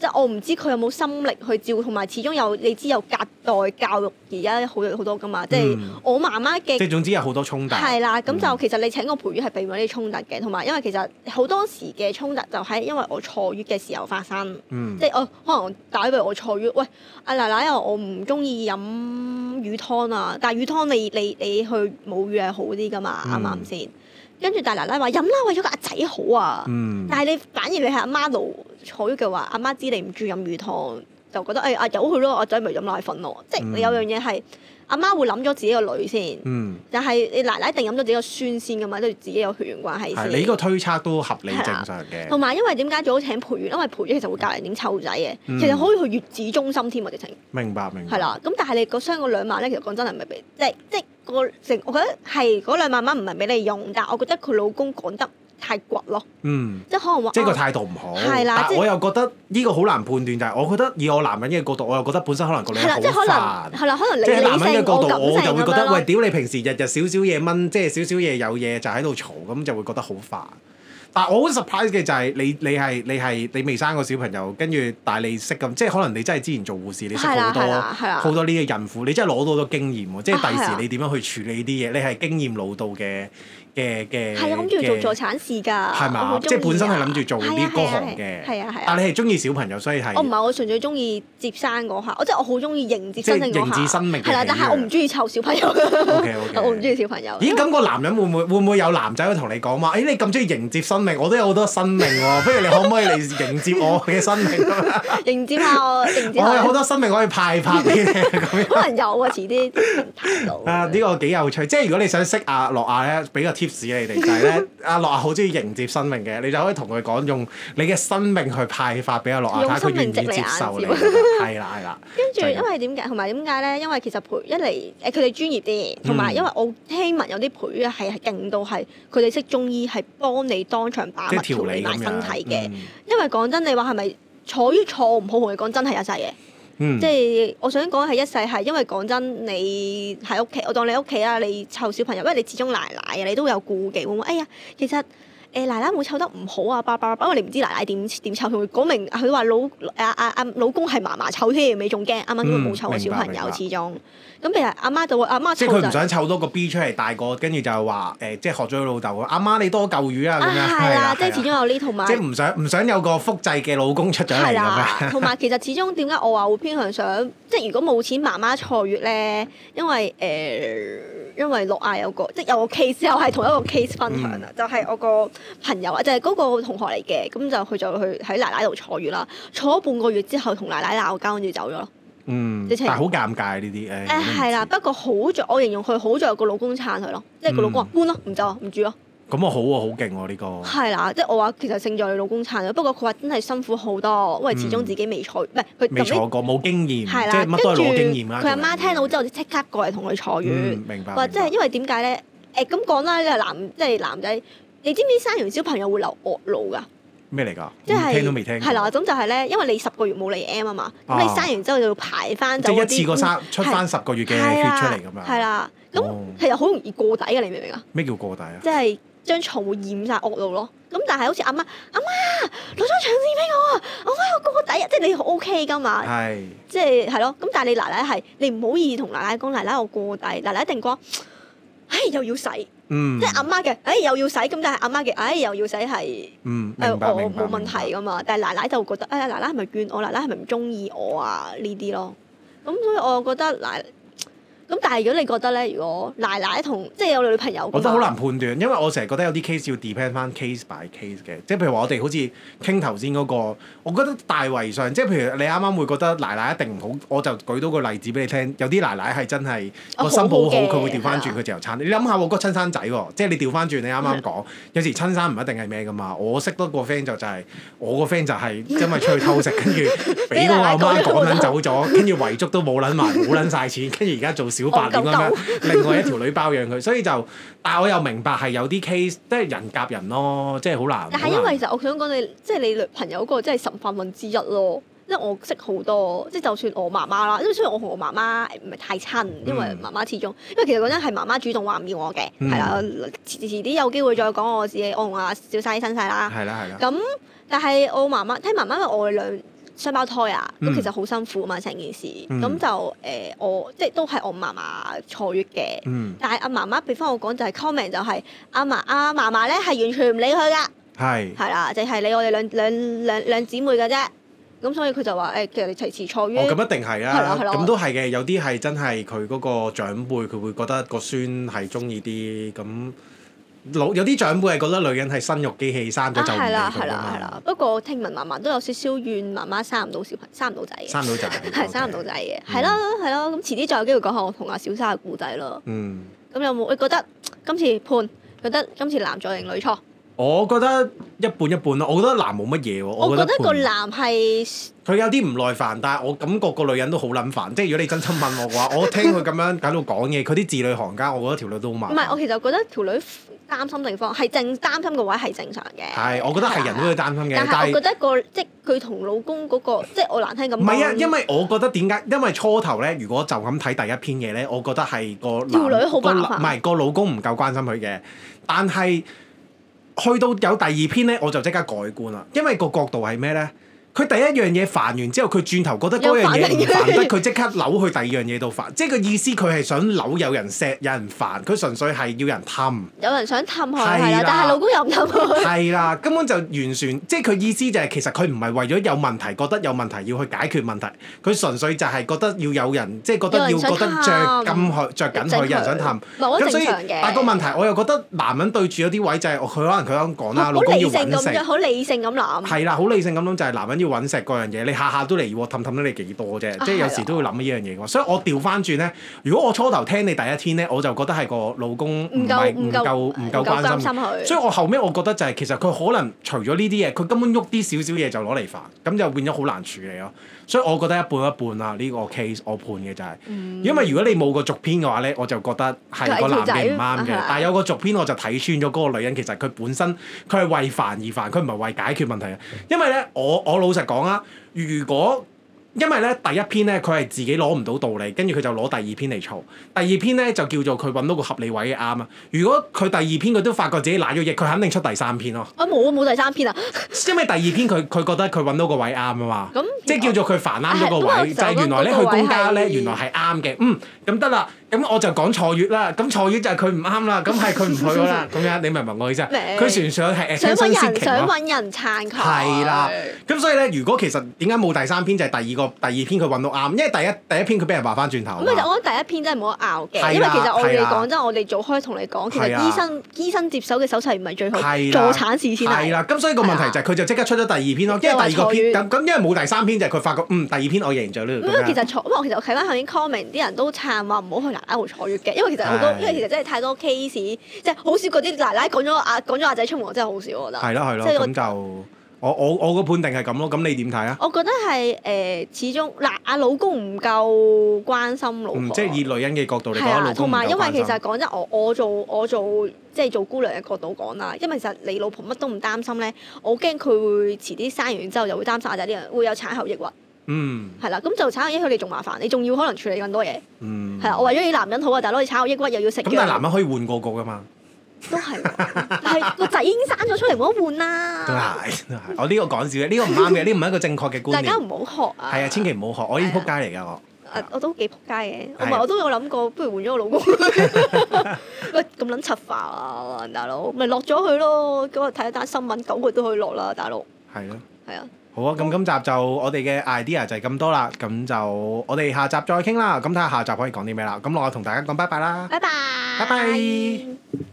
[SPEAKER 1] 即係我唔知佢有冇心力去照顧，同埋始終有你知有隔代教育，而家好好多噶嘛，即係
[SPEAKER 2] 嗯
[SPEAKER 1] 我媽媽嘅
[SPEAKER 2] 即係總之有好多衝突。
[SPEAKER 1] 係啦，咁
[SPEAKER 2] 嗯
[SPEAKER 1] 就其實你請個陪月係避免呢啲衝突嘅，同埋因為其實好多時嘅衝突就係因為我坐月嘅時候發生，
[SPEAKER 2] 嗯
[SPEAKER 1] 即係我可能打俾我坐月，喂阿奶奶啊，我唔中意飲魚湯啊，但係魚湯你你你去母乳係好啲噶
[SPEAKER 2] 嗯
[SPEAKER 1] 嘛，啱唔啱先？跟住大奶奶話飲啦，為咗個阿仔好啊，
[SPEAKER 2] 嗯，
[SPEAKER 1] 但係你反而你係阿媽度坐月嘅話，阿媽知你唔中意飲魚湯，就覺得誒啊由佢咯，阿仔咪飲奶粉咯，即係
[SPEAKER 2] 嗯
[SPEAKER 1] 你有樣嘢係阿媽會諗咗自己個女先。
[SPEAKER 2] 嗯，
[SPEAKER 1] 但係你奶奶一定飲咗自己個酸先噶嘛，跟住自己有血緣關係
[SPEAKER 2] 係
[SPEAKER 1] 先。
[SPEAKER 2] 你呢個推測都合理
[SPEAKER 1] 係
[SPEAKER 2] 正
[SPEAKER 1] 啦
[SPEAKER 2] 常嘅。
[SPEAKER 1] 同埋因為點解最好請陪月？因為陪月其實會教人點湊仔嘅，
[SPEAKER 2] 嗯
[SPEAKER 1] 其實可以去月子中心添啊，直情
[SPEAKER 2] 明白明白。
[SPEAKER 1] 係啦。咁但係你嗰雙嗰兩萬咧，其實講真係唔係俾，即係即係個成，我覺得係嗰兩萬蚊唔係俾你用，但係我覺得佢老公講得太倔咯，
[SPEAKER 2] 嗯，
[SPEAKER 1] 即係可能話
[SPEAKER 2] 即係個
[SPEAKER 1] 啊
[SPEAKER 2] 態度唔好。
[SPEAKER 1] 係啦
[SPEAKER 2] 但
[SPEAKER 1] 即係
[SPEAKER 2] 我又覺得呢個好難判斷，就係我覺得以我男人嘅角度，我又覺得本身可能個女
[SPEAKER 1] 係啦，即
[SPEAKER 2] 人
[SPEAKER 1] 係
[SPEAKER 2] 好
[SPEAKER 1] 可
[SPEAKER 2] 煩
[SPEAKER 1] 能。係啦，可能你
[SPEAKER 2] 即係
[SPEAKER 1] 理
[SPEAKER 2] 男人
[SPEAKER 1] 性
[SPEAKER 2] 嘅角
[SPEAKER 1] 我
[SPEAKER 2] 度，
[SPEAKER 1] 感
[SPEAKER 2] 我
[SPEAKER 1] 性
[SPEAKER 2] 就會
[SPEAKER 1] 咁
[SPEAKER 2] 覺
[SPEAKER 1] 樣
[SPEAKER 2] 得喂，
[SPEAKER 1] 咯。
[SPEAKER 2] 屌你平時日日少少嘢掹，即係少少嘢有嘢就喺度嘈，咁就會覺得好煩。但係我好 surprise 嘅就係你你係你係你未生過小朋友，跟住但係你識咁，即係可能你真係之前做護士，你識
[SPEAKER 1] 係
[SPEAKER 2] 好
[SPEAKER 1] 啦係
[SPEAKER 2] 多
[SPEAKER 1] 啦係啦
[SPEAKER 2] 好多呢啲孕婦，你真係攞到好多經驗喎。即係
[SPEAKER 1] 啊
[SPEAKER 2] 第
[SPEAKER 1] 係啊
[SPEAKER 2] 時你點樣去處理呢啲嘢，你係經驗老到嘅嘅嘅。
[SPEAKER 1] 係啊，我諗住做
[SPEAKER 2] 嘅
[SPEAKER 1] 助產士㗎，
[SPEAKER 2] 係嘛
[SPEAKER 1] 我好中
[SPEAKER 2] 即係本身
[SPEAKER 1] 意
[SPEAKER 2] 係
[SPEAKER 1] 啊
[SPEAKER 2] 諗住做
[SPEAKER 1] 係
[SPEAKER 2] 呢
[SPEAKER 1] 啊
[SPEAKER 2] 嗰
[SPEAKER 1] 係啊
[SPEAKER 2] 行
[SPEAKER 1] 係
[SPEAKER 2] 嘅
[SPEAKER 1] 係啊係啊。
[SPEAKER 2] 但你係中意小朋友，所以係啊
[SPEAKER 1] 哦我唔係我純粹中意接生嗰下，我即係我好中意迎接
[SPEAKER 2] 即係
[SPEAKER 1] 新生嗰下，
[SPEAKER 2] 迎接生命嘅
[SPEAKER 1] 係啦，
[SPEAKER 2] 喜悅
[SPEAKER 1] 但係我唔中意湊小朋友
[SPEAKER 2] OK，OK
[SPEAKER 1] 我唔中意小朋友。
[SPEAKER 2] 咦？咁個男人會唔會會唔會有男仔會同你講話？誒、你咁中意迎接生命，我都有好多生命 喎、不如你可唔可以嚟迎接我嘅生命咁樣？
[SPEAKER 1] 迎接下我， 迎接
[SPEAKER 2] 我有
[SPEAKER 1] 下
[SPEAKER 2] 好，多生命可以派發俾 你咁樣。
[SPEAKER 1] 可能有啊，遲啲睇到。
[SPEAKER 2] 啊！呢、個幾有趣，即係如果你想識阿樂亞咧，俾個 tips 你哋就 係咧，阿樂亞好中意迎接生命嘅，你就可以同佢講用你嘅生命去派發俾阿樂亞，
[SPEAKER 1] 用
[SPEAKER 2] 睇下佢
[SPEAKER 1] 生
[SPEAKER 2] 願
[SPEAKER 1] 命
[SPEAKER 2] 意
[SPEAKER 1] 值嚟
[SPEAKER 2] 接受你咁
[SPEAKER 1] 眼
[SPEAKER 2] 樣。係 啦係啦，
[SPEAKER 1] 跟住，
[SPEAKER 2] 就係
[SPEAKER 1] 因為點解？同埋點解咧？因為其實陪一嚟誒，佢哋專業啲，同埋
[SPEAKER 2] 嗯
[SPEAKER 1] 因為我聽聞有啲陪月係係勁到係佢哋識中醫，係幫你當場把
[SPEAKER 2] 即
[SPEAKER 1] 脈
[SPEAKER 2] 係調
[SPEAKER 1] 調理
[SPEAKER 2] 理
[SPEAKER 1] 啊埋
[SPEAKER 2] 咁
[SPEAKER 1] 身體
[SPEAKER 2] 樣。
[SPEAKER 1] 嘅。
[SPEAKER 2] 嗯
[SPEAKER 1] 因為講真，你話係咪坐於坐唔好？同你講真係一世嘅。
[SPEAKER 2] 嗯，
[SPEAKER 1] 即係我想講係一世係，因為講真，你喺屋企，我當你喺屋企啦，你湊小朋友，因為你始終奶奶啊，你都有顧忌，會唔會？哎呀，其實誒、奶奶會湊得唔好啊，叭叭叭，因為你唔知奶奶點點湊，佢會講明佢話老啊啊啊老公係嫲嫲湊添，你仲驚啱啱因為冇湊過小朋
[SPEAKER 2] 嗯明白明白
[SPEAKER 1] 友，始終咁其實阿媽就會阿媽
[SPEAKER 2] 即
[SPEAKER 1] 湊
[SPEAKER 2] 係佢唔
[SPEAKER 1] 就。
[SPEAKER 2] 想湊多個 B 出嚟大個，跟住就話誒，即係學咗佢老豆啊阿媽你多嚿魚啊
[SPEAKER 1] 啊，
[SPEAKER 2] 咁樣，
[SPEAKER 1] 係啦，即係始
[SPEAKER 2] 係
[SPEAKER 1] 終有呢同埋
[SPEAKER 2] 即係唔想唔想有個複製嘅老公出咗嚟
[SPEAKER 1] 係
[SPEAKER 2] 咁
[SPEAKER 1] 啦，
[SPEAKER 2] 樣，
[SPEAKER 1] 同埋其實始終點解我話會偏向想，即係如果冇錢媽媽坐月咧，因為誒、呃因為樂亞有個即係有個 case，又係同一個 case 分享啦，啊
[SPEAKER 2] 嗯
[SPEAKER 1] 就係我個朋友啊，就係、嗰個同學嚟嘅，咁就佢就去喺奶奶度坐月啦，坐咗半個月之後同奶奶鬧交，跟住走咗咯。
[SPEAKER 2] 嗯，但
[SPEAKER 1] 直情
[SPEAKER 2] 係好尷尬呢啲
[SPEAKER 1] 誒
[SPEAKER 2] 誒。
[SPEAKER 1] 係啦，不過好在我形容佢好在個老公撐佢咯，即係個老公話搬咯，唔走啊，唔住咯。
[SPEAKER 2] 咁我好啊喎，好勁喎呢個。
[SPEAKER 1] 係啦，即係我話其實勝在你老公撐咗，不過佢話真係辛苦好多，因為始終自己未坐，唔係佢
[SPEAKER 2] 嗯未
[SPEAKER 1] 臨尾
[SPEAKER 2] 坐過，冇經驗，即
[SPEAKER 1] 係啦，
[SPEAKER 2] 係
[SPEAKER 1] 跟
[SPEAKER 2] 乜都係
[SPEAKER 1] 住
[SPEAKER 2] 攞經驗啦。
[SPEAKER 1] 佢阿媽聽到之後，就即刻過嚟同佢坐月
[SPEAKER 2] 嗯，，明白。
[SPEAKER 1] 話即係
[SPEAKER 2] 明白
[SPEAKER 1] 因為點解咧？誒咁講啦，你係男即係男仔，你知唔知生完小朋友會流惡露㗎？
[SPEAKER 2] 咩嚟㗎？
[SPEAKER 1] 即係
[SPEAKER 2] 嗯聽都未聽過。
[SPEAKER 1] 係啦，咁就係咧，因為你十個月冇嚟 M 啊嘛，咁你
[SPEAKER 2] 啊
[SPEAKER 1] 生完之後就要排翻
[SPEAKER 2] 即
[SPEAKER 1] 走
[SPEAKER 2] 係
[SPEAKER 1] 嗰
[SPEAKER 2] 一
[SPEAKER 1] 啲
[SPEAKER 2] 次過
[SPEAKER 1] 嗯
[SPEAKER 2] 生出翻十個月嘅血出嚟咁
[SPEAKER 1] 係啦係
[SPEAKER 2] 樣。
[SPEAKER 1] 啦，
[SPEAKER 2] 哦
[SPEAKER 1] 咁其實好容易過底嘅，你明唔 明啊？
[SPEAKER 2] 咩叫過底啊？
[SPEAKER 1] 即係張床會染晒惡露咯。咁但係好似阿媽，阿媽攞張長線俾我啊！我媽我過底啊！即係你好 OK 㗎嘛，
[SPEAKER 2] 係
[SPEAKER 1] 即係係咯，咁但係你奶奶係你唔好意同奶奶講，奶奶我過底，奶奶一定講，唉又要洗，
[SPEAKER 2] 嗯
[SPEAKER 1] 即係阿媽嘅，唉又要洗，咁但係阿媽嘅，唉又要洗係，
[SPEAKER 2] 嗯
[SPEAKER 1] 誒
[SPEAKER 2] 明白
[SPEAKER 1] 我
[SPEAKER 2] 明白
[SPEAKER 1] 冇問題噶嘛，但係奶奶就覺得，哎呀奶奶係咪怨我，奶奶係咪唔中意我啊呢啲咯，咁所以我覺得奶，咁但係如果你覺得咧，如果奶奶同即係有女朋友啊㗎嘛，
[SPEAKER 2] 我覺得好難判斷，因為我成日覺得有啲 case 要 depend 翻 case by case 嘅，即係譬如話我哋好似傾頭先嗰個，我覺得大圍上，即係譬如你啱啱會覺得奶奶一定唔好，我就舉到個例子俾你聽，有啲奶奶係真係
[SPEAKER 1] 哦
[SPEAKER 2] 個心抱好，
[SPEAKER 1] 好好嘅
[SPEAKER 2] 佢會調翻轉
[SPEAKER 1] 係啊
[SPEAKER 2] 佢自由撐。你諗下喎，個親生仔喎，即係你調翻轉，你啱啱講，有時親生唔一定係咩噶嘛。我識得個 friend 就就係、我個 friend 就係因為出去偷食，跟住俾個阿媽趕撚走咗，跟住遺囑都冇撚埋，冇撚晒錢，跟住而家做小白點咁樣
[SPEAKER 1] 戇鳩，
[SPEAKER 2] 另外一條女包養佢，所以就，但係我又明白係有啲 case 即係人夾人咯，即係好難。
[SPEAKER 1] 但係因為其實我想講你，即係你女朋友嗰個真係十萬分之一咯。因為我識好多，即係就算我媽媽啦，因為雖然我同我媽媽唔係太親，因為媽媽始終，因為其實嗰陣係媽媽主動話唔要我嘅，
[SPEAKER 2] 嗯
[SPEAKER 1] 係啦、遲遲啲有機會再講我自己，我同阿小西身世啦。
[SPEAKER 2] 啊係啦係啦，
[SPEAKER 1] 咁但係我媽媽聽媽媽，因為我哋兩雙胞胎啊，咁
[SPEAKER 2] 嗯
[SPEAKER 1] 其實好辛苦啊嘛，成件事。咁、
[SPEAKER 2] 嗯
[SPEAKER 1] 就誒、呃我即係都係我嫲嫲坐月嘅。
[SPEAKER 2] 嗯，
[SPEAKER 1] 但係阿嫲媽俾翻我講就係 comment 就係阿嫲阿嫲嫲咧係完全唔理佢噶，
[SPEAKER 2] 係
[SPEAKER 1] 係啦，淨係理我哋兩兩兩兩姊妹嘅啫。咁所以佢就話誒、其實你齊齊坐月啊
[SPEAKER 2] 哦，咁一定係
[SPEAKER 1] 係啦
[SPEAKER 2] 啦，
[SPEAKER 1] 係啦
[SPEAKER 2] 咁都係嘅。有啲係真係佢嗰個長輩，佢會覺得個孫係中意啲咁老。有啲長輩係覺得女人係生育機器，生咗就唔
[SPEAKER 1] 係
[SPEAKER 2] 理
[SPEAKER 1] 啦啊係
[SPEAKER 2] 佢㗎
[SPEAKER 1] 啦係
[SPEAKER 2] 嘛
[SPEAKER 1] 啦。不過聽聞嫲嫲都有少少怨媽媽生唔到小朋生唔到仔嘅，
[SPEAKER 2] 生到 仔哦
[SPEAKER 1] 係生唔到仔。嘅，係啦係啦。咁遲啲再有機會講下我同阿小沙嘅故仔咯。
[SPEAKER 2] 嗯，
[SPEAKER 1] 咁有冇？你覺得今次判覺得今次男錯定女錯？
[SPEAKER 2] 我覺得一半一半咯。我覺得男冇乜嘢喎，
[SPEAKER 1] 我覺得個
[SPEAKER 2] 判
[SPEAKER 1] 男係
[SPEAKER 2] 佢有啲唔耐煩，但係我感覺個女人都好撚煩。即係如果你真心問我 嘅話，我聽佢咁樣喺度講嘢，佢啲字裏行間，我覺得條女都好麻
[SPEAKER 1] 唔
[SPEAKER 2] 煩。
[SPEAKER 1] 係？我其實覺得條女擔心地方係正擔心個位係正常嘅。
[SPEAKER 2] 係，我覺得係人都會擔心嘅
[SPEAKER 1] 但，係
[SPEAKER 2] 但
[SPEAKER 1] 我
[SPEAKER 2] 係
[SPEAKER 1] 覺得個即係佢同老公嗰個，即係我難聽咁講。
[SPEAKER 2] 唔係啊？因為我覺得點解？因為初頭咧，如果就咁睇第一篇嘢咧，我覺得係個男
[SPEAKER 1] 條女好
[SPEAKER 2] 個
[SPEAKER 1] 麻
[SPEAKER 2] 男
[SPEAKER 1] 煩
[SPEAKER 2] 唔係個老公唔夠關心佢嘅。但係去到有第二篇咧，我就即刻改觀啦，因為個角度係咩咧？佢第一樣嘢煩完之後，佢轉頭覺得嗰樣嘢唔
[SPEAKER 1] 又煩
[SPEAKER 2] 煩
[SPEAKER 1] 另一樣
[SPEAKER 2] 得，佢即刻扭去第二樣嘢度煩。即係個意思，佢係想扭有人錫，有人煩，佢純粹係要人 氹。
[SPEAKER 1] 有人想氹佢係
[SPEAKER 2] 係
[SPEAKER 1] 啦
[SPEAKER 2] 啦，
[SPEAKER 1] 但係老公又唔氹佢。
[SPEAKER 2] 係啦，根本就完全，即係佢意思就係其實佢唔係為咗有問題，覺得有問題要去解決問題，佢純粹就係覺得要有人，即係覺
[SPEAKER 1] 有
[SPEAKER 2] 得
[SPEAKER 1] 人
[SPEAKER 2] 要
[SPEAKER 1] 想
[SPEAKER 2] 覺得着
[SPEAKER 1] 氹
[SPEAKER 2] 緊佢，着緊佢，有人想氹。
[SPEAKER 1] 唔係我覺得
[SPEAKER 2] 咁所
[SPEAKER 1] 正
[SPEAKER 2] 以，
[SPEAKER 1] 常嘅。
[SPEAKER 2] 但係個問題，我又覺得男人對住有啲位就係哦佢可能佢咁講啦，
[SPEAKER 1] 好
[SPEAKER 2] 老公
[SPEAKER 1] 理
[SPEAKER 2] 要
[SPEAKER 1] 性
[SPEAKER 2] 揾
[SPEAKER 1] 咁樣，
[SPEAKER 2] 食，
[SPEAKER 1] 好理性咁諗。
[SPEAKER 2] 係啦，好理性咁諗就係男人要揾食嗰樣嘢，你下下都嚟喎，氹氹得你幾多啫？
[SPEAKER 1] 啊
[SPEAKER 2] 即係有
[SPEAKER 1] 係
[SPEAKER 2] 時
[SPEAKER 1] 啊
[SPEAKER 2] 都會諗呢樣嘢嘅喎。所以我調翻轉咧，如果我初頭聽你第一天咧，我就覺得係個老公
[SPEAKER 1] 唔
[SPEAKER 2] 唔
[SPEAKER 1] 夠
[SPEAKER 2] 係
[SPEAKER 1] 唔
[SPEAKER 2] 唔
[SPEAKER 1] 夠
[SPEAKER 2] 夠唔夠關心
[SPEAKER 1] 心佢，
[SPEAKER 2] 所以我後尾我覺得就係其實佢可能除咗呢啲嘢，佢根本喐啲少少嘢就攞嚟煩，咁就變咗好難處理咯。所以我覺得一半一半啦，呢、個 case 我判嘅就係、因為如果你冇個續篇嘅話咧，我就覺得係個男嘅唔啱
[SPEAKER 1] 嗯佢係條仔啊
[SPEAKER 2] 嘅。但係有個續篇我就睇穿咗嗰個女人其實佢本身佢係為煩而煩，佢唔係為解決問題嘅。啊因為咧，我我老實講啊，如果因為咧第一篇咧佢係自己攞唔到道理，跟住佢就攞第二篇嚟嘈。第二篇咧就叫做佢揾到個合理位嘅啱啊。如果佢第二篇佢都發覺自己賴咗嘢，佢肯定出第三篇咯。
[SPEAKER 1] 啊冇啊冇第三篇啊，
[SPEAKER 2] 因為第二篇佢佢覺得佢揾到個位啱啊嘛。
[SPEAKER 1] 咁
[SPEAKER 2] 即係叫做佢煩啱咗個
[SPEAKER 1] 啊係
[SPEAKER 2] 位，就係原來咧
[SPEAKER 1] 嗰個
[SPEAKER 2] 佢
[SPEAKER 1] 位
[SPEAKER 2] 公家
[SPEAKER 1] 係
[SPEAKER 2] 咧原來係啱嘅，嗯，咁得啦，咁我就講錯月啦，咁錯月就係佢唔啱啦，咁係佢唔去啦，咁樣你明唔明我意思啊？
[SPEAKER 1] 明
[SPEAKER 2] 佢純粹係
[SPEAKER 1] 想揾人
[SPEAKER 2] attention seeking 啊
[SPEAKER 1] 想
[SPEAKER 2] 咯
[SPEAKER 1] 揾人撐佢。
[SPEAKER 2] 係啦，咁所以咧，如果其實點解冇第三篇就係第二個第二篇佢揾到啱，因為第一第一篇佢俾人話翻轉頭啊
[SPEAKER 1] 咁其實
[SPEAKER 2] 嘛。
[SPEAKER 1] 我覺得第一篇真係冇得拗
[SPEAKER 2] 係
[SPEAKER 1] 嘅，
[SPEAKER 2] 啦
[SPEAKER 1] 因為其實我哋
[SPEAKER 2] 係啦
[SPEAKER 1] 講真，我哋早開同你講，其實
[SPEAKER 2] 係啦
[SPEAKER 1] 醫生醫生接手嘅手勢唔係最好，
[SPEAKER 2] 係
[SPEAKER 1] 助
[SPEAKER 2] 啦
[SPEAKER 1] 產士先
[SPEAKER 2] 係啦，咁所以個問題就係佢就即刻出咗第二篇咯，因為第二個篇
[SPEAKER 1] 啊即係
[SPEAKER 2] 咁咁，因為冇第三篇就係佢發覺嗯第二篇我贏咗呢
[SPEAKER 1] 咁
[SPEAKER 2] 度。
[SPEAKER 1] 因為其實坐，因為我其實我睇翻下面 comment 啲人都撐話唔好去奶奶度坐月嘅，因為其實好多，
[SPEAKER 2] 係
[SPEAKER 1] 因為其實真係太多 case，即係好少嗰啲奶奶講咗阿講咗阿仔出門，我真係好少，啊我覺得。
[SPEAKER 2] 係咯係咯，
[SPEAKER 1] 即係我
[SPEAKER 2] 咁就我我我個判定係咁咯，咁你點睇啊？
[SPEAKER 1] 我覺得係誒、呃始終嗱，阿老公唔夠關心老婆。
[SPEAKER 2] 嗯，即係以女人嘅角度嚟
[SPEAKER 1] 係
[SPEAKER 2] 講，
[SPEAKER 1] 啊，
[SPEAKER 2] 老公
[SPEAKER 1] 同埋因為
[SPEAKER 2] 為
[SPEAKER 1] 其實講真，我我做我做即係做姑娘嘅角度講啦，因為其實你老婆乜都唔擔心咧，我驚佢會遲啲生完之後就會擔心阿仔啲人會有產後抑鬱，
[SPEAKER 2] 嗯
[SPEAKER 1] 係啦，咁就產後抑鬱你仲麻煩，你仲要可能處理更多嘢，
[SPEAKER 2] 嗯
[SPEAKER 1] 係啦，我為咗你男人好啊，大佬你產後抑鬱又要食
[SPEAKER 2] 咁
[SPEAKER 1] 藥
[SPEAKER 2] 但係男，人可以換個個噶嘛？
[SPEAKER 1] 都係喎，但係個仔已經生咗出嚟冇得換
[SPEAKER 2] 都
[SPEAKER 1] 啦，
[SPEAKER 2] 係 都係，我呢個講笑嘅，呢個唔啱嘅，呢個唔係一個正確嘅觀
[SPEAKER 1] 啊大
[SPEAKER 2] 念
[SPEAKER 1] 家。唔好學啊，
[SPEAKER 2] 係啊，千祈唔好學，我呢啲撲街嚟㗎我。
[SPEAKER 1] 啊我都幾仆街嘅，我唔
[SPEAKER 2] 係
[SPEAKER 1] 係
[SPEAKER 2] 啊
[SPEAKER 1] 我都有諗過，不如換咗個老公。 喂，咁撚柒化啊，大佬，咪落咗佢咯。咁啊我睇一單新聞，九個都可以落啦，大佬。
[SPEAKER 2] 係咯。
[SPEAKER 1] 係啊，
[SPEAKER 2] 好啊，咁今集就我哋嘅 idea 就係咁多啦，咁就我哋下集再傾啦，咁睇下下集可以講啲咩啦，咁我同大家講拜拜啦。
[SPEAKER 1] 拜拜。
[SPEAKER 2] 拜拜